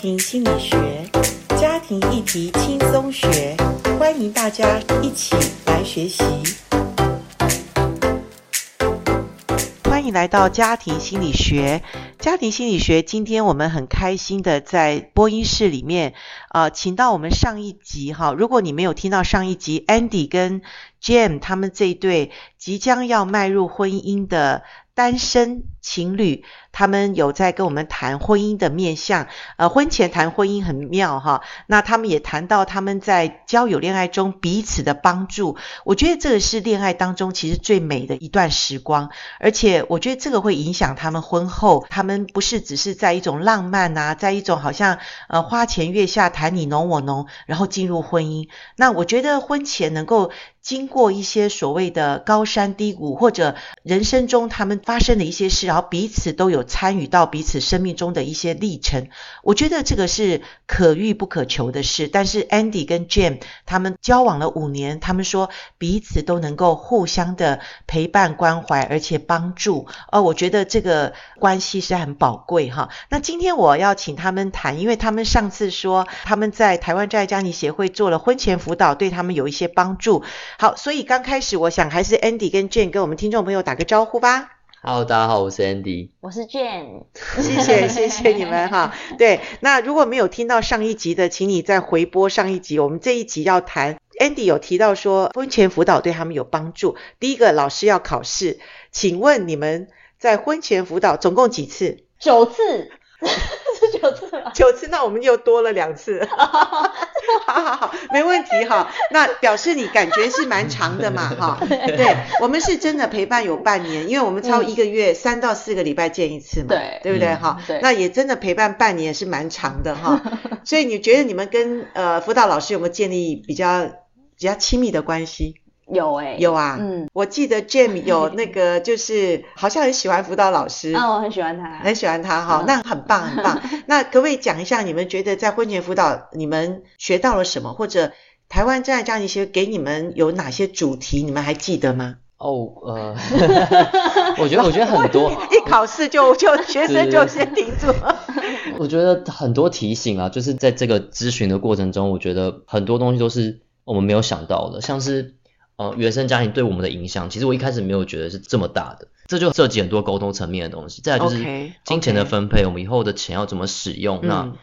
庭心理学，家庭议题轻松学，欢迎大家一起来学习。欢迎来到家庭心理学。家庭心理学，今天我们很开心的在播音室里面，呃，请到我们上一集哈。如果你没有听到上一集，Andy 跟 Jam 他们这一对即将要迈入婚姻的单身情侣，他们有在跟我们谈婚姻的面向。呃，婚前谈婚姻很妙哈，那他们也谈到他们在交友恋爱中彼此的帮助。我觉得这个是恋爱当中其实最美的一段时光，而且我觉得这个会影响他们婚后，他们不是只是在一种浪漫啊，在一种好像呃花前月下谈你侬我侬，然后进入婚姻。那我觉得婚前能够经过一些所谓的高山低谷，或者人生中他们发生的一些事，然后彼此都有参与到彼此生命中的一些历程，我觉得这个是可遇不可求的事。但是 Andy 跟 Jam 他们交往了五年，他们说彼此都能够互相的陪伴、关怀，而且帮助。呃，我觉得这个关系是很宝贵哈。那今天我要请他们谈，因为他们上次说他们在台湾爱家庭协会做了婚前辅导，对他们有一些帮助。好，所以刚开始我想还是 Andy 跟 Jane 跟我们听众朋友打个招呼吧。 Hello，大家好，我是 Andy。我是 Jane，谢谢谢谢你们哈。对，那如果没有听到上一集的，请你再回播上一集。我们这一集要谈 Andy 有提到说婚前辅导对他们有帮助。第一个，老师要考试，请问你们在婚前辅导总共几次？九次， 是九次吗？九次，那我们又多了两次。 好好好，没问题哈。那表示你感觉是蛮长的 嘛哈。 对，我们是真的陪伴有半年，因为我们超一个月三、到四个礼拜见一次嘛，嗯对对不对嗯哈？对那也真的陪伴半年是蛮长的 哈。所以你觉得你们跟呃辅导老师有没有建立比较比较亲密的关系？有哎、有啊，嗯，我记得 Jam 有那个就是好像很喜欢辅导老师，啊，我很喜欢他，很喜欢他哈，嗯那很棒很 棒。那可不可以讲一下，你们觉得在婚前辅导你们学到了什么，或者台湾真爱家庭协会给你们有哪些主题，你们还记得吗？哦，呃， 我觉得我觉得很 多，一考试就 就学生生就就先先停住，我觉得很多提醒啊，就是在这个咨询的过程中，我觉得很多东西都是我们没有想到的，像是呃原生家庭对我们的影响，其实我一开始没有觉得是这么大的，这就涉及很多沟通层面的东西。再来就是 OK，OK 金钱的分配我们以后的钱要怎么使用，那嗯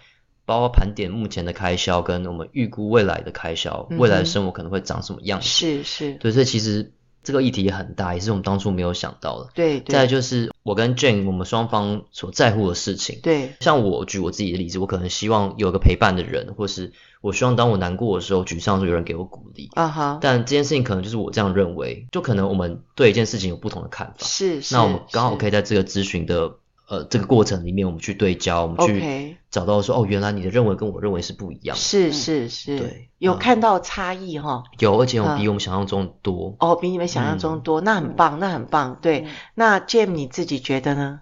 包括盘点目前的开销，跟我们预估未来的开销，嗯未来的生活可能会长什么样子。是是，对，所以其实这个议题也很大，也是我们当初没有想到的。对再来对就是我跟 Jane 我们双方所在乎的事情。对，像我举我自己的例子，我可能希望有个陪伴的人，或是我希望当我难过的时候、沮丧的时候，有人给我鼓励。啊哈，但这件事情可能就是我这样认为，就可能我们对一件事情有不同的看法。是是，那我们刚好可以以在这个咨询的呃这个过程里面，我们去对焦，我们去 OK 找到说哦，原来你的认为跟我认为是不一样的。是是是对，有嗯看到差异哈。有，而且我们比嗯我们想象中多。哦，比你们想象中嗯多，那很棒，那很棒。对嗯，那 Jam 你自己觉得呢？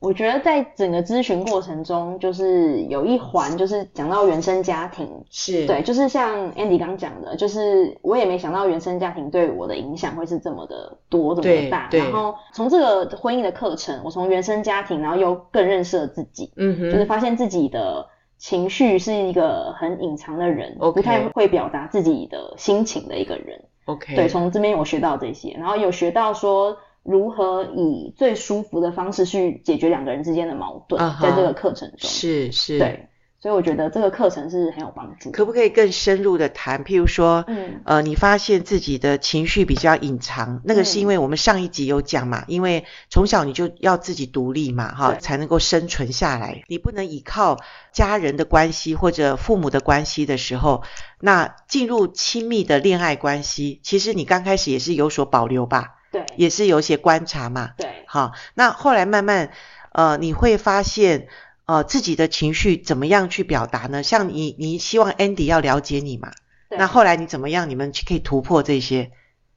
我觉得在整个咨询过程中，就是有一环就是讲到原生家庭，是对，就是像 Andy 刚讲的，就是我也没想到原生家庭对我的影响会是这么的多，这么对的大。对然后从这个婚姻的课程，我从原生家庭，然后又更认识了自己。嗯哼，就是发现自己的情绪是一个很隐藏的人 OK 不太会表达自己的心情的一个人。 OK，对，从这边我学到这些，然后有学到说如何以最舒服的方式去解决两个人之间的矛盾啊哈在这个课程中，是是，对，所以我觉得这个课程是很有帮助。可不可以更深入的谈？譬如说，嗯，呃，你发现自己的情绪比较隐藏，那个是因为我们上一集有讲嘛，因为从小你就要自己独立嘛，哈，对才能够生存下来。你不能依靠家人的关系或者父母的关系的时候，那进入亲密的恋爱关系，其实你刚开始也是有所保留吧，对，也是有一些观察嘛。对，好，那后来慢慢，呃，你会发现，呃，自己的情绪怎么样去表达呢？像你，你希望 Andy 要了解你嘛？对那后来你怎么样？你们去可以突破这些？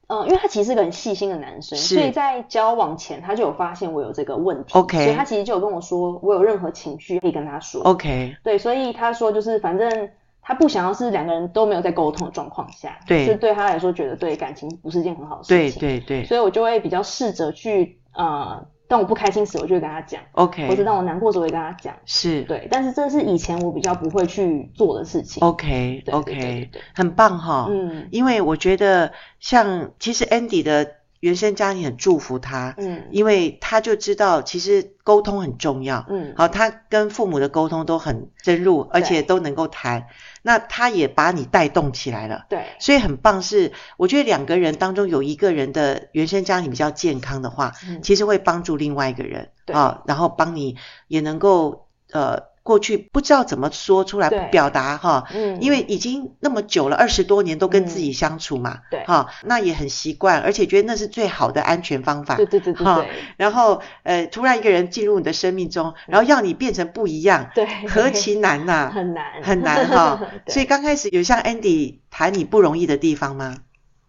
嗯，因为他其实是个很细心的男生，是所以在交往前他就有发现我有这个问题 OK 所以他其实就有跟我说，我有任何情绪可以跟他说。 OK，对，所以他说就是反正他不想要是两个人都没有在沟通的状况下，对就对他来说觉得对感情不是一件很好的对事情。对对，所以我就会比较试着去呃当我不开心时，我就会跟他讲，或者，OK，当我难过时，我会跟他讲。是对，但是这是以前我比较不会去做的事情。 ，OK 对对对对哦 OK，对很棒哈。嗯因为我觉得像其实 Andy 的原生家庭很祝福他，嗯因为他就知道其实沟通很重要。嗯，好，他跟父母的沟通都很深入，而且都能够谈。那他也把你带动起来了，对，所以很棒是。我觉得两个人当中有一个人的原生家庭比较健康的话，嗯其实会帮助另外一个人对啊，然后帮你也能够呃过去不知道怎么说出来对表达哈。嗯，因为已经那么久了，二十多年都跟嗯自己相处嘛，对哈、那也很习惯，而且觉得那是最好的安全方法。对对对对好对然后呃，突然一个人进入你的生命中，然后要你变成不一样，对，何其难呐、 很难很难哈 对所以刚开始有像 Andy 谈你不容易的地方吗？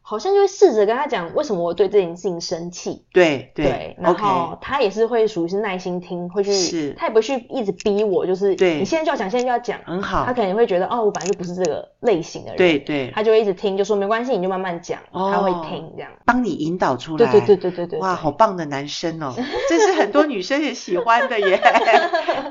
好像就会试着跟他讲为什么我对这件事情生气。对然 OK，后他也是会属于是耐心听，会去，是他也不会去一直逼我，就是对你现在就要讲，现在就要讲，很他好，可能会觉得哦，我本来就不是这个类型的人，对，对，他就会一直听，就说没关系，你就慢慢讲，哦他会听这样，帮你引导出对来。对对对对对，哇，好棒的男生哦， 这是很多女生也喜欢的 耶，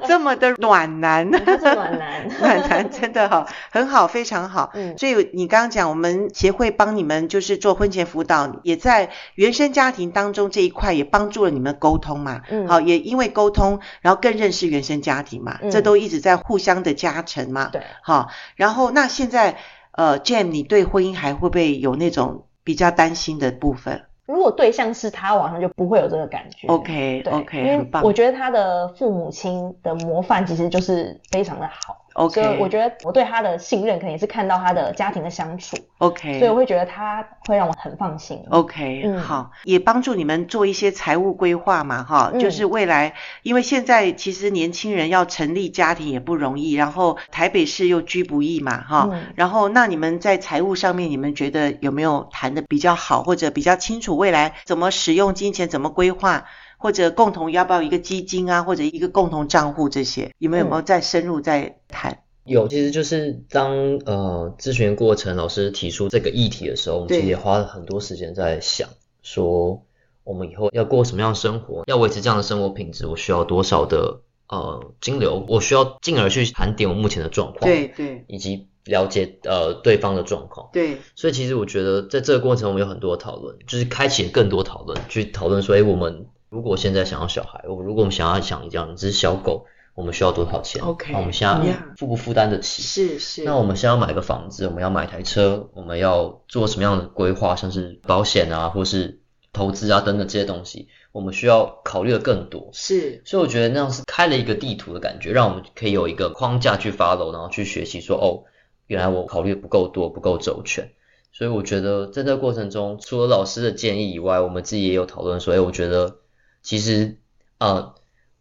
这么的暖男。 对，这暖男，暖男真的哈、很好，非常好。嗯，所以你刚刚讲，我们协会帮你们就是做婚前辅导，也在原生家庭当中这一块也帮助了你们沟通嘛。嗯好，也因为沟通，然后更认识原生家庭嘛，嗯这都一直在互相的加成嘛。对，好，然后那现在呃，Jam，你对婚姻还会不会有那种比较担心的部分如果对象是他，我好像就不会有这个感觉？OK 对 OK，因很为棒我。觉得他的父母亲的模范其实就是非常的好所以 OK 我觉得我对他的信任，可能也是看到他的家庭的相处，所以我 OK 会觉得他会让我很放心。 OK，嗯好，也帮助你们做一些财务规划嘛，哈，嗯就是未来，因为现在其实年轻人要成立家庭也不容易，然后台北市又居不易嘛，哈，嗯然后，那你们在财务上面，你们觉得有没有谈的比较好，或者比较清楚未来怎么使用金钱，怎么规划，或者共同要不要一个基金啊，或者一个共同账户这些，你们有嗯没有再深入再谈？有，其实就是当呃咨询过程老师提出这个议题的时候，我们其实对也花了很多时间在想，说我们以后要过什么样的生活，要维持这样的生活品质，我需要多少的呃金流，我需要进而去盘点我目前的状况，，对以及了解呃对方的状况。对，所以其实我觉得在这个过程，我们有很多讨论，就是开启了更多讨论，去讨论说，哎，我们如果现在想要小孩，我如果我们想要养一这样一只小狗，我们需要多少钱 OK，那我们现在 yeah 负不负担得起？是是，那我们先要买个房子，我们要买台车，我们要做什么样的规划，像是保险啊，或是投资啊等等这些东西，我们需要考虑的更多。是所以我觉得那样是开了一个地图的感觉，让我们可以有一个框架去 follow，然后去学习说哦，原来我考虑不够多，不够周全。所以我觉得在这个过程中，除了老师的建议以外，我们自己也有讨论说，哎，我觉得其实呃，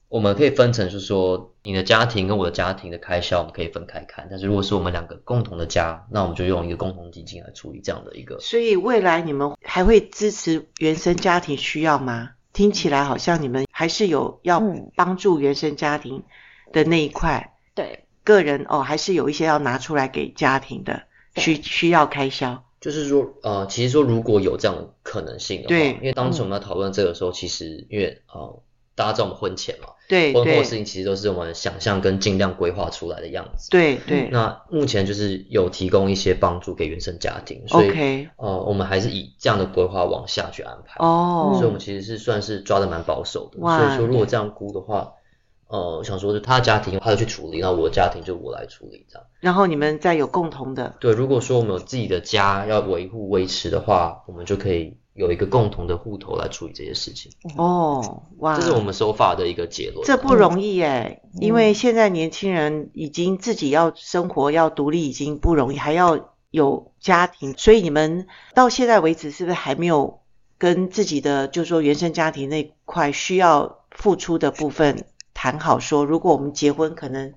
我们可以分成是说你的家庭跟我的家庭的开销，我们可以分开看。但是如果是我们两个共同的家，那我们就用一个共同基金来处理这样的一个所以未来你们还会支持原生家庭需要吗？听起来好像你们还是有要嗯帮助原生家庭的那一块，对，个人哦，还是有一些要拿出来给家庭的对需需要开销。就是说，呃，其实说如果有这样的可能性的话，对嗯因为当时我们在讨论这个时候，其实因为呃，大家知道我们婚前嘛，对婚后对的事情其实都是我们想象跟尽量规划出来的样子。对嗯对那目前就是有提供一些帮助给原生家庭，所以，OK，呃，我们还是以这样的规划往下去安排。嗯所以我哦，们其实是算是抓的蛮保守的。哇所以说，如果这样估的话，呃，我想说是他的家庭他去处理，那我的家庭就我来处理这样。然后你们再有共同的，对，如果说我们有自己的家要维护维持的话，我们就可以有一个共同的户头来处理这些事情。哦，哇，这是我们手法的一个结论。这不容易耶，嗯因为现在年轻人已经自己要生活、要独立已经不容易，还要有家庭，所以你们到现在为止是不是还没有跟自己的，就是说原生家庭那块需要付出的部分谈好说，如果我们结婚，可能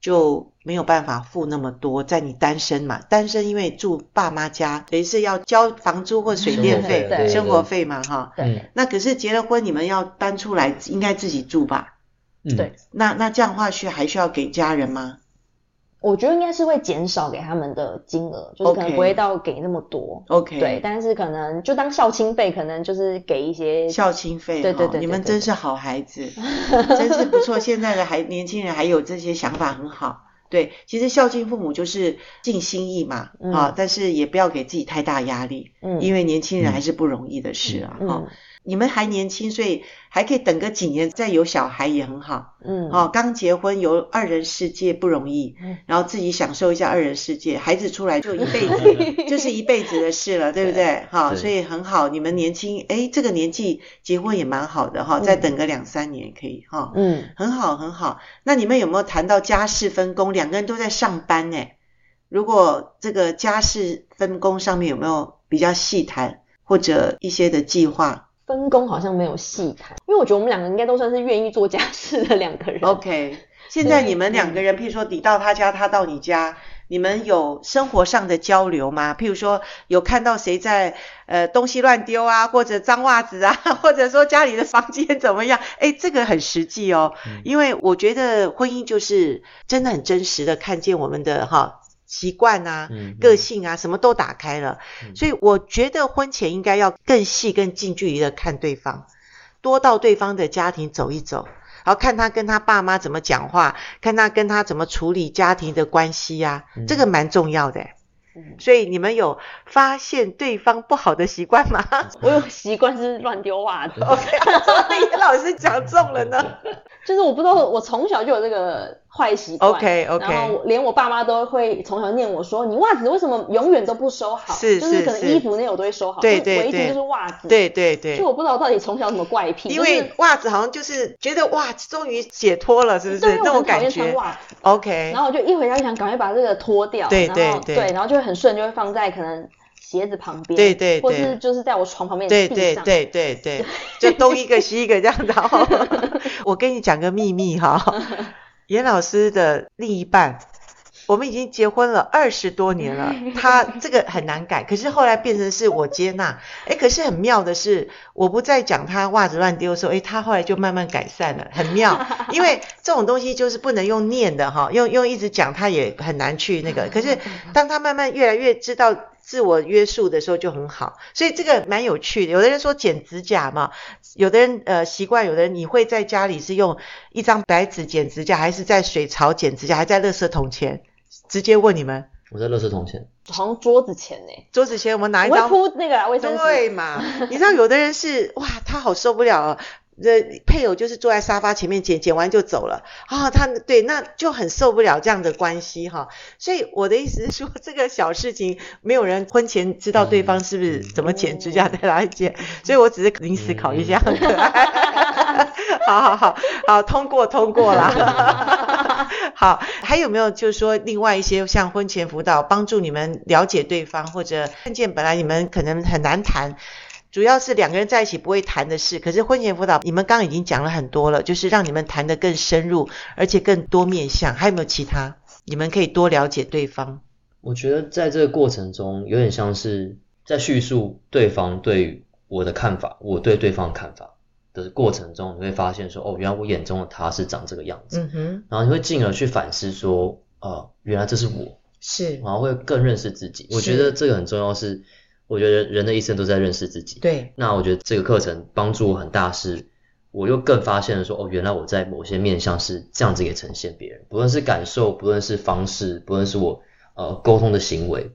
就没有办法付那么多，在你单身嘛，单身因为住爸妈家，等于是要交房租或水电生活费费、对生活费嘛，哈。嗯那可是结了婚，你们要搬出来，应该自己住吧？嗯对那那这样的话需还需要给家人吗？我觉得应该是会减少给他们的金额，就是可能 OK 不会到给那么多。 OK，对，，但是可能就当孝亲费，可能就是给一些孝亲费，对对对哦对你们对真对是好 孩子，真是不错。现在的孩年轻人还有这些想法，很好。对，其实孝敬父母就是尽心意嘛，嗯啊，但是也不要给自己太大压力，嗯，因为为年轻人还是不容易的事啊，哈、嗯你们还年轻，所以还可以等个几年再有小孩也很好。嗯哦，刚结婚有二人世界不容易嗯，然后自己享受一下二人世界，孩子出来就一 辈嗯子，就是一辈子的事了，对不对？哈，对所以很好，你们年轻，哎，这个年纪结婚也蛮好的哈，再嗯等个两三年可以哈，嗯，很好很好。那你们有没有谈到家事分工？两个人都在上班呢，如果这个家事分工上面有没有比较细谈或者一些的计划分工好像没有细谈，因为我觉得我们两个应该都算是愿意做家事的两个人。 ？OK，现在嗯你们两个人，譬如说你到他家，他到你家，你们有生活上的交流吗？譬如说有看到谁在呃东西乱丢啊，或者脏袜子啊， 或者说家里的房间怎么样？哎，这个很实际哦，嗯因为我觉得婚姻就是真的很真实的看见我们的哈习惯啊。嗯，个性啊，什么都打开了，嗯所以我觉得婚前应该要更细、更近距离的看对方，多到对方的家庭走一走，然后看他跟他爸妈怎么讲话，看他跟他怎么处理家庭的关系呀、嗯这个蛮重要的欸。嗯所以你们有发现对方不好的习惯吗？ 我有习惯是乱丢袜子， 所以老师讲中了呢。就是我不知道，我从小就有这个坏习惯。 OK 然 OK，后连我爸妈都会从小念我说，你袜子为什么永远都不收好？是就是是可能衣服那种我都会收好，对就对唯独对就是袜子。，对对就对，我不知道我到底从小有什么怪癖，因为袜子好像就是觉得哇，终于解脱了，是就不是对，是因为那我种很讨感厌穿觉袜子。 ？OK，然后我就一回家就想赶快把这个脱掉，对然后对对然后就会很顺，就会放在可能鞋子旁边，对对或对是就是在我床旁边的对地对上，对对对，就东一个西一个这样的哦。 我跟你讲个秘密哈、严老师的另一半，我们已经结婚了二十多年了，他这个很难改，可是后来变成是我接纳。哎，可是很妙的是，我不再讲他袜子乱丢的时候，哎，他后来就慢慢改善了，很妙。因为这种东西就是不能用念的哈，用用一直讲他也很难去那个。可是当他慢慢越来越知道自我约束的时候，就很好。所以这个蛮有趣的。有的人说剪指甲嘛，有的人呃习惯，有的人你会在家里是用一张白纸剪指甲，还是在水槽剪指甲，还在垃圾桶前？直接问你们，我在垃圾桶前，好像桌子前呢、桌子前我们拿一我会张铺那个啊啦卫生纸，对嘛？ 你知道有的人是哇，他好受不了、哦，这配偶就是坐在沙发前面剪，剪完就走了啊、他对，那就很受不了这样的关系哈。所以我的意思是说，这个小事情没有人婚前知道对方是不是嗯怎么剪指甲，在哪里剪，所以我只是临时考一下，很可爱。 好好好好，通过通过啦。好，还有没有就是说另外一些像婚前辅导，帮助你们了解对方，或者看见本来你们可能很难谈，主要是两个人在一起不会谈的事。可是婚前辅导，你们刚刚已经讲了很多了，就是让你们谈得更深入，而且更多面向。还有没有其他？你们可以多了解对方。我觉得在这个过程中，有点像是在叙述对方对我的看法，我对对方的看法的过程中，你会发现说，哦，原来我眼中的他是长这个样子，嗯哼，然后你会进而去反思说，呃，原来这是我，是然后会更认识自己。我觉是得这个很重要是，我觉得人的一生都在认识自己。对，那我觉得这个课程帮助我很大是，我又更发现了说，哦，原来我在某些面向是这样子给呈现别人，不论是感受，不论是方式，不论是我呃沟通的行为，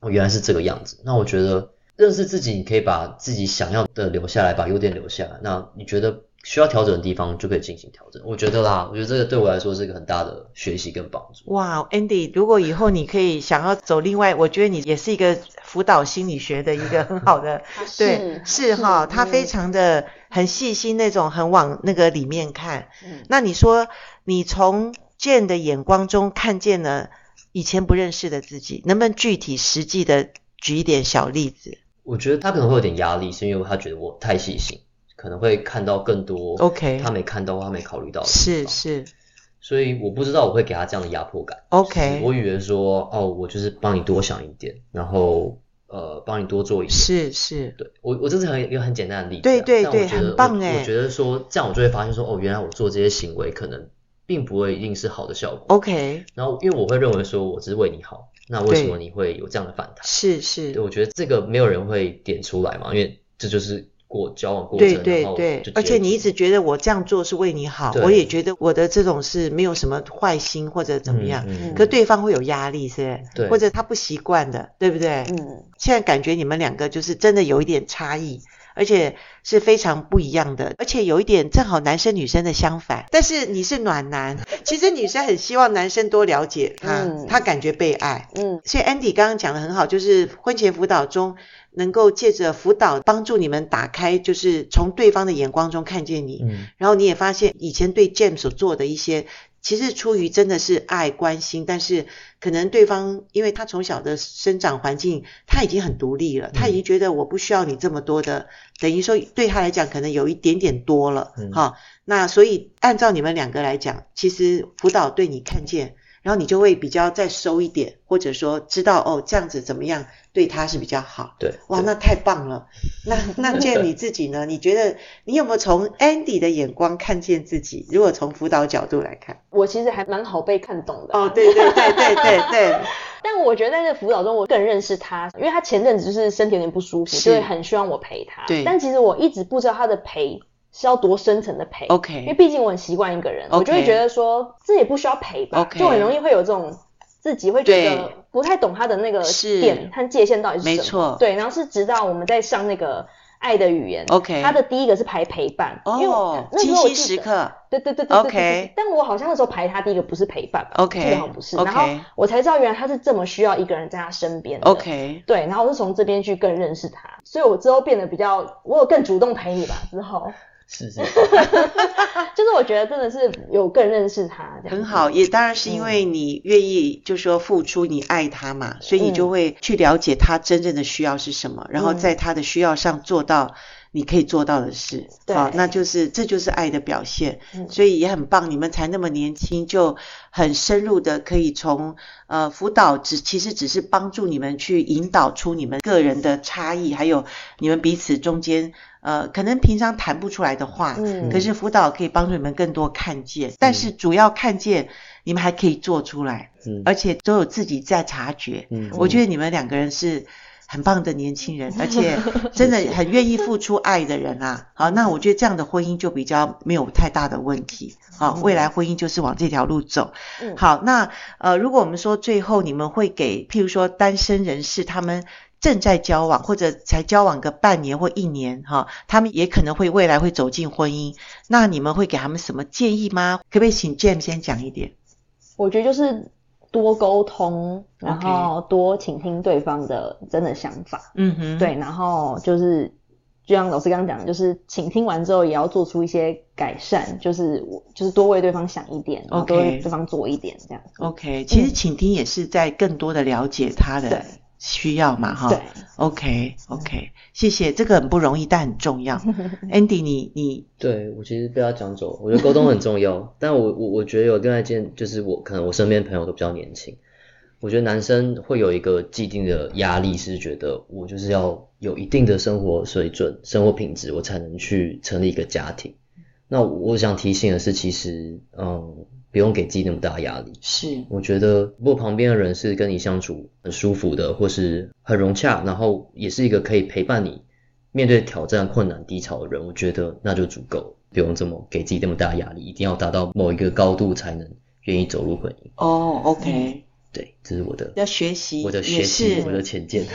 我原来是这个样子。那我觉得认识自己，你可以把自己想要的留下来，把优点留下来。那你觉得需要调整的地方，就可以进行调整。我觉得啦，我觉得这个对我来说是一个很大的学习跟帮助。哇，Andy，如果以后你可以想要走另外，我觉得你也是一个辅导心理学的一个很好 的它啊是嗯对，是嗯哈，他非，常的很细心那种，很往那个里面看。嗯那你说，你从 Jane 的眼光中看见了以前不认识的自己，能不能具体实际的举一点小例子我觉得他可能会有点压力，是因为他觉得我太细心，可能会看到更多？OK，他没看到或他没考虑到的地是方是所以我不知道我会给他这样的压迫感。就是，OK，我以为说，哦，我就是帮你多想一点，然后呃，帮你多做一点。是是，对我，我这是很一个很简单的例子啊、对对但对我觉得很棒我哎我觉得说这样，我就会发现说，哦，原来我做这些行为可能并不会一定是好的效果。 OK，然后因为我会认为说我只是为你好，那为什么对你会有这样的反弹？是对，是，我觉得这个没有人会点出来嘛，因为这就是过交往过程，对对然后对就，而且结你一局直觉得我这样做是为你好，对我也觉得我的这种是没有什么坏心或者怎么样，嗯嗯可对方会有压力，是不是？对或者他不习惯的，对不对？嗯，现在感觉你们两个就是真的有一点差异，而且是非常不一样的，而且有一点正好男生女生的相反。但是你是暖男，其实女生很希望男生多了解她，嗯她感觉被爱。嗯，所以 Andy 刚刚讲的很好，就是婚前辅导中能够借着辅导帮助你们打开，就是从对方的眼光中看见你，嗯然后你也发现以前对 James 所做的一些，其实出于真的是爱关心，但是可能对方因为他从小的生长环境，他已经很独立了，他已经觉得我不需要你这么多的，等于说对他来讲可能有一点点多了，嗯哈、那所以按照你们两个来讲，其实辅导对你看见。然后你就会比较再收一点，或者说知道哦这样子怎么样对他是比较好。对哇，对那太棒了！那 那见你自己呢？你觉得你有没有从 Andy 的眼光看见自己？如果从辅导角度来看，我其实还蛮好被看懂的。哦，对对对对对对，但我觉得在这辅导中，我更认识他，因为他前阵子就是身体有点不舒服，是所以很希望我陪他。对但其实我一直不知道他的陪是要多深层的陪。因为 OK 毕竟我很习惯一个人 OK 我就会觉得说这也不需要陪吧 OK 就很容易会有这种自己会觉对得不太懂他的那个是点和界限到底是什么。没错对，然后是直到我们在上那个爱的语言 OK 他的第一个是排陪伴，因为我哦，那时清候我晰记时得刻对对对对对对 OK 对但我好像那时候排他第一个不是陪伴吧 OK，记得好像不是。 OK 然后我才知道原来他是这么需要一个人在他身边的。 OK 对，然后我是从这边去更认识他，所以我之后变得比较，我有更主动陪你吧。之后啊是是，就是我觉得真的是有更认识他，这样很好，子。也当然是因为你愿意，就说付出，你爱他嘛，所以你嗯就会去了解他真正的需要是什么，然后嗯在他的需要上做到你可以做到的事，对好，那就是这就是爱的表现。嗯所以也很棒，你们才那么年轻，就很深入的可以从呃辅导只其实只是帮助你们去引导出你们个人的差异，还有你们彼此中间呃可能平常谈不出来的话，嗯可是辅导可以帮助你们更多看见，但是主要看见你们还可以做出来， 嗯而且都有自己在察觉。嗯我觉得得你们两个人是很棒的年轻人，而 且真的很愿意付出爱的人啊。好，那我觉得这样的婚姻就比较没有太大的问题啊。未来婚姻就是往这条路走。嗯好，那呃，如果我们说最后你们会给，譬如说单身人士他们。正在交往或者才交往个半年或一年哈、他们也可能会未来会走进婚姻。那你们会给他们什么建议吗？可不可以请 James 先讲一点？我觉得就是多沟通，然 OK 后多倾听对方的真的想法。嗯哼，对，然后就是就像老师刚刚讲的，就是请听完之后也要做出一些改善，就是我就是多为对方想一点，然后 OK 多为对方做一点这样子。 OK，其实倾听也是在更多的了解他的嗯对需要嘛，哈。对， 嗯 OK OK，谢谢，这个很不容易，但很重 要。Andy，你你对我其实被他讲走，我觉得沟通很重要，但我我我觉得有另外一件，就是我可能我身边朋友都比较年轻，我觉得男生会有一个既定的压力，是觉得我就是要有一定的生活水准、生活品质，我才能去成立一个家庭。那我想提醒的是，其实嗯，不用给自己那么大压力，是我觉得，如果旁边的人是跟你相处很舒服的，或是很融洽，然后也是一个可以陪伴你面对挑战、困难、低潮的人，我觉得那就足够了，不用这么给自己这么大压力，一定要达到某一个高度才能愿意走入婚姻。哦，OK，对，这是我的要学习，我的也学习，我的是浅见。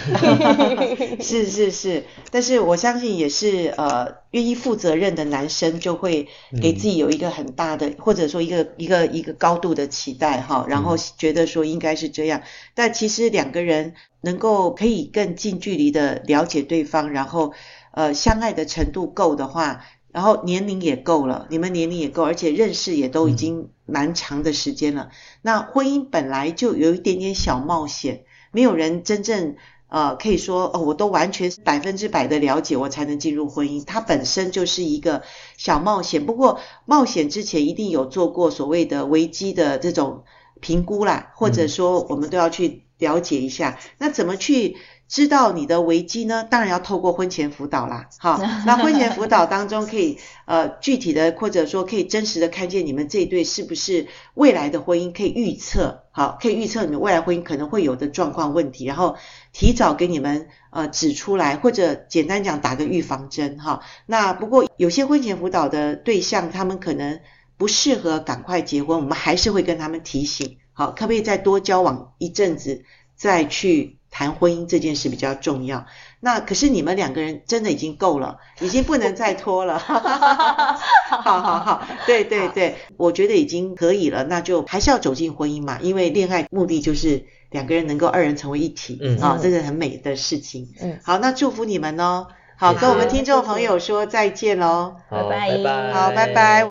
是是是，但是我相信也是呃，愿意负责任的男生就会给自己有一个很大的，或者说一个一个一个高度的期待哈，然后嗯觉得说应该是这样，但其实两个人能够可以更近距离的了解对方，然后呃相爱的程度够的话，然后年龄也够了，你们年龄也够，而且认识也都已经蛮长的时间了。那婚姻本来就有一点点小冒险，没有人真正。呃，可以说，哦，我都完全百分之百的了解，我才能进入婚姻。它本身就是一个小冒险，不过冒险之前一定有做过所谓的危机的这种评估啦，或者说我们都要去了解一下，那怎么去知道你的危机呢，当然要透过婚前辅导啦。好，那婚前辅导当中可以呃具体的或者说可以真实的看见你们这一对是不是未来的婚姻可以预测，好，可以预测你们未来婚姻可能会有的状况问题，然后提早给你们呃指出来，或者简单讲打个预防针哈。那不过有些婚前辅导的对象，他们可能不适合赶快结婚，我们还是会跟他们提醒，好，可不可以再多交往一阵子再去谈婚姻这件事比较重要。那可是你们两个人真的已经够了，已经不能再拖 了。好好好，对对对，我觉得已经可以了，那就还是要走进婚姻嘛，因为恋爱目的就是两个人能够二人成为一体，嗯啊，这是很美的事情。嗯，好，那祝福你们哦。好， 谢谢跟我们听众朋友说再见喽。哦 好，拜拜拜拜，好拜拜